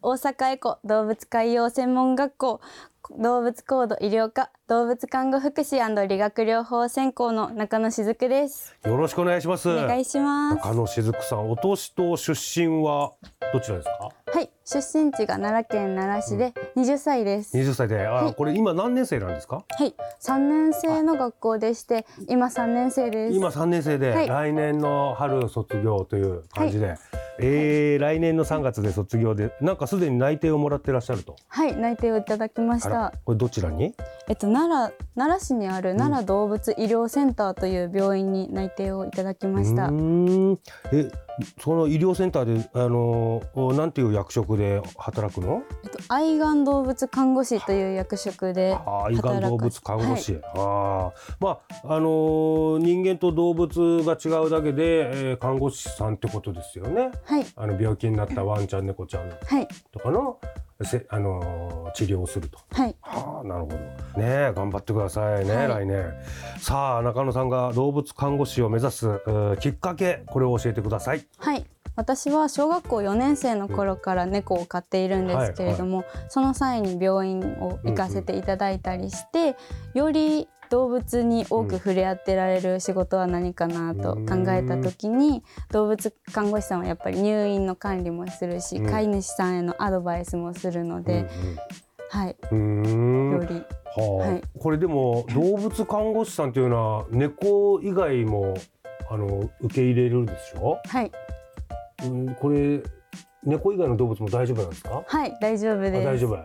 大阪エコ動物海洋専門学校動物高度医療科動物看護福祉理学療法専攻の中野雫ですよろしくお願いしますお願いします中野雫さんお年と出身はどちらですかはい出身地が奈良県奈良市で20歳です20歳であ、はいこれ今何年生なんですかはい3年生の学校でして今3年生です今3年生で、はい来年の春卒業という感じで、えー来年の3月で卒業でなんかすでに内定をもらってらっしゃるとはい内定をいただきましあたらこれどちらにえっと奈良奈良市にある奈良動物医療センターという病院に内定をいただきました、うーんえその医療センターであのーなんていう役職で働くのえっと愛玩動物看護師という役職でああ、胃がん動物看護師。ああ、まあ、あのー人間と動物が違うだけで、えー看護師さんってことですよね。はいあの病気になったワンちゃん、猫ちゃんはいとかの、せ、あのー治療をすると。はいはあ、なるほど。ねえ、頑張ってくださいね、はい来年。さあ、中野さんが動物看護師を目指す、えーきっかけ、これを教えてください。はい私は小学校4年生の頃から猫を飼っているんですけれども、その際に病院を行かせていただいたりして、より動物に多く触れ合ってられる仕事は何かなと考えた時に動物看護師さんはやっぱり入院の管理もするし、うん飼い主さんへのアドバイスもするので、はい、うんうん、ようーん。りはあ、はいこれでも動物看護師さんというのは猫以外もあの受け入れるでしょ、はい、うん、これ猫以外の動物も大丈夫なんですかはい、大丈夫あです。大丈夫あ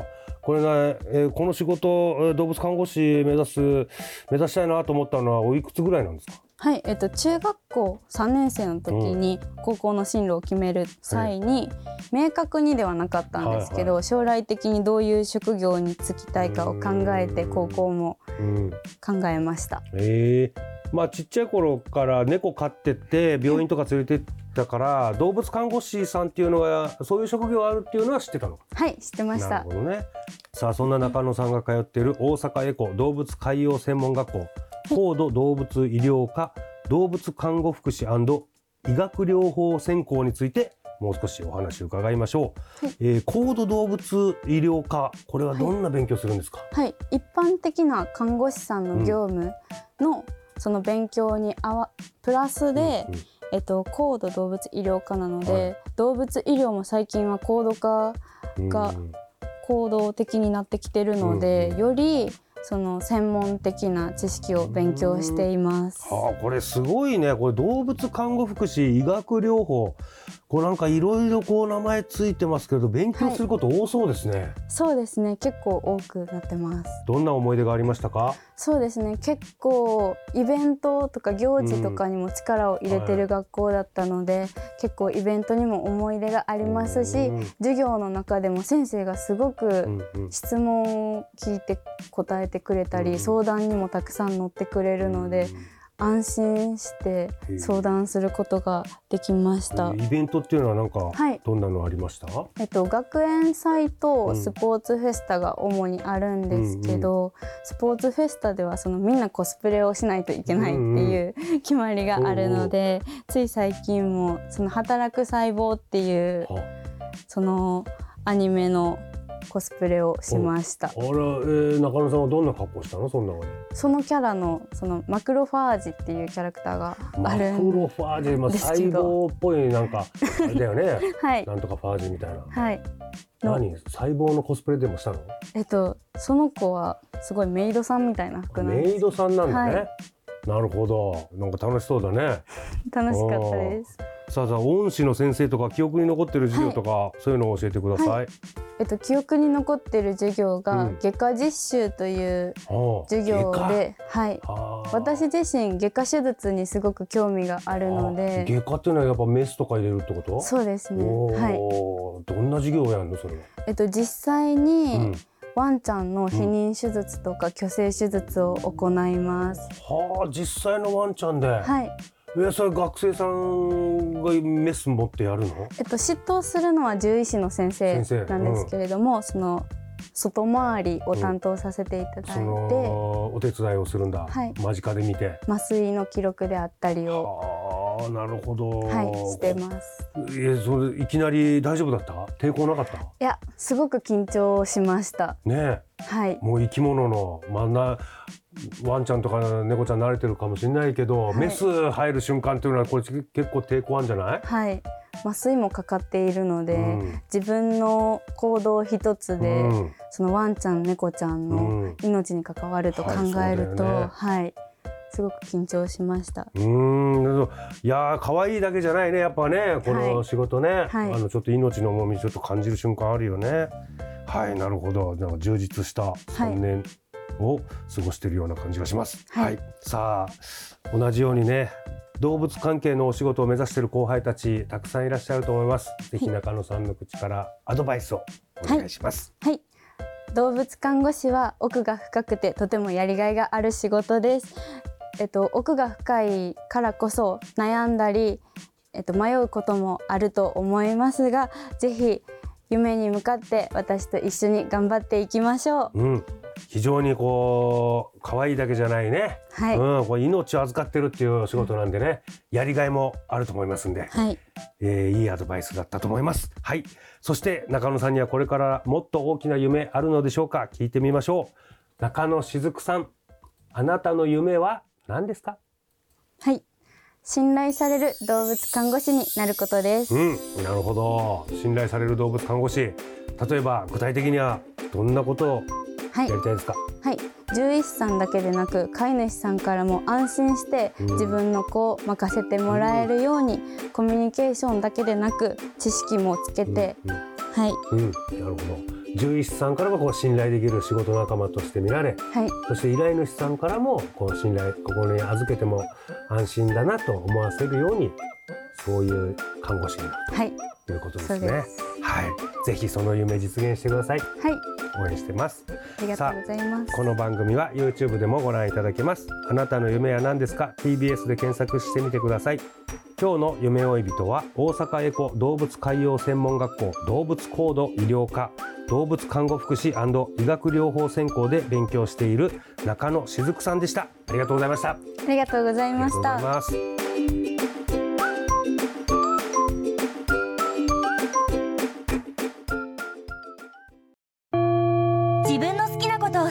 あこれね、えーこの仕事えー動物看護師目指す目指したいなと思ったのはおいくつぐらいなんですかはい、えっと、中学校3年生の時に高校の進路を決める際に、明確にではなかったんですけど、はい将来的にどういう職業に就きたいかを考えてうん高校もうん考えましたええまあちっちゃい頃から猫飼ってて病院とか連れてったから動物看護師さんっていうのがそういう職業があるっていうのは知ってたのはい知ってましなるたほどね。さあそんな中野さんが通っている大阪エコ動物海洋専門学校高度動物医療科動物看護福祉医学療法専攻についてもう少しお話を伺いましょう、はいえー高度動物医療科これはどんな勉強するんですか、はい一般的な看護師さんの業務の、その勉強にあわプラスで、うんえっと、高度動物医療科なので、は動物医療も最近は高度化うんがうん行動的になってきてるので、うんよりその専門的な知識を勉強しています。ああこれすごいねこれ動物看護福祉医学療法こうなんかいろいろこう名前ついてますけど勉強すること多そうですね、そうですね、結構多くなってます。どんな思い出がありましたかそうですね、結構イベントとか行事とかにも力を入れてうんる学校だったので、結構イベントにも思い出がありますし、うん授業の中でも先生がすごうくんうん質問を聞いて答えてくれたうり、ん相談にもたくさん乗ってくれるので、安心してうん相談することができました。イベントっていうのはなんか、はいどんなのありました？えっと、学園祭うんとスポーツフェスタが主にあるんですけど、スポーツフェスタではそのみんなコスプレをしないといけないっていう う決まりがあるので、つい最近もその働く細胞っていうあ、そのアニメのコスプレをしましたあら、えー、中野さんはどんな格好したの？その中で。そのキャラのそのマクロファージっていうキャラクターがマあクるんロファージ、まあです細けど胞っぽいなんかあれだよね。 はいなんとかファージみたいな。はいの何細胞のコスプレでもしたのえっとその子はすごいメイドさんみたいな服なんメでイすドさんなんだね、はいなるほどなんか楽しそうだね楽しかったですさあさあ恩師の先生とか記憶に残ってる授業とか、そういうのを教えてください、はえっと記憶に残ってる授業が、うん外科実習というおう授業ではい外科あー私自身外科手術にすごく興味があるのあで外科っていうのはやっぱメスとか入れるってことそうですねおーはいどんな授業をやるのそれは、えっと実際うにん、ワンちゃんの避妊手術とか去勢手術を行いますはあ実際のワンちゃんで、はいえそれ学生さんがメス持ってやるのえっと、執刀するのは獣医師の先生先生なんですけれども、その外回りを担当させていただいて、そのお手伝いをするんだ、はい間近で見て麻酔の記録であったりを、はあなるほどはい、してますえそれいきなり大丈夫だった抵抗なかったいやすごく緊張しましたねえはいもう生き物のまあなワンちゃんとか猫ちゃん慣れてるかもしれないけど、はいメス入る瞬間っていうのはこれ結構抵抗あるんじゃない、はい麻酔もかかっているので、うん自分の行動一つで、うんそのワンちゃん猫ちゃんのうん命に関わると考えると、はいそうだよねはい、すごく緊張しましたうーんなるほどいやー可愛いだけじゃないねやっぱねこの仕事ね、はいあのちょっと命の重みちょっと感じる瞬間あるよねはいなるほどなんか充実した3年を過ごしているような感じがします、はいさあ同じようにね動物関係のお仕事を目指している後輩たちたくさんいらっしゃると思いますぜひ中野さんの口からアドバイスをお願いします、はい。動物看護師は奥が深くてとてもやりがいがある仕事です。えっと奥が深いからこそ悩んだり、えっと迷うこともあると思いますが、ぜひ夢に向かって私と一緒に頑張っていきましょう。うん非常にこう可愛いだけじゃないねはい。うん、これ命を預かってるっていうお仕事なんでね、やりがいもあると思いますんで、はい。えーいいアドバイスだったと思います。はい。そして中野さんにはこれからもっと大きな夢あるのでしょうか聞いてみましょう。中野しずくさん、あなたの夢は何ですかはい。信頼される動物看護師になることです。うん、なるほど。信頼される動物看護師。例えば具体的にはどんなことをはいや。りたいですか、はい、獣医師さんだけでなく飼い主さんからも安心してうん自分の子を任せてもらえるように、コミュニケーションだけでなく知識もつけて、うんはいうん、なるほど。獣医師さんからもこう信頼できる仕事仲間として見られ、はいそして依頼主さんからもこう信頼ここに預けても安心だなと思わせるようにそういう看護師になるはいということでそすうね。ですはい、ぜひその夢実現してください。はい応援してます。ありがとうございますこの番組は YouTube でもご覧いただけます。あなたの夢は何ですか ?TBS で検索してみてください。今日の夢追い人は大阪エコ動物海洋専門学校動物高度医療科動物看護福祉医学療法専攻で勉強している中野しずくさんでした。ありがとうございました。ありがとうございありまがとしうござたいます。自分の好きなことを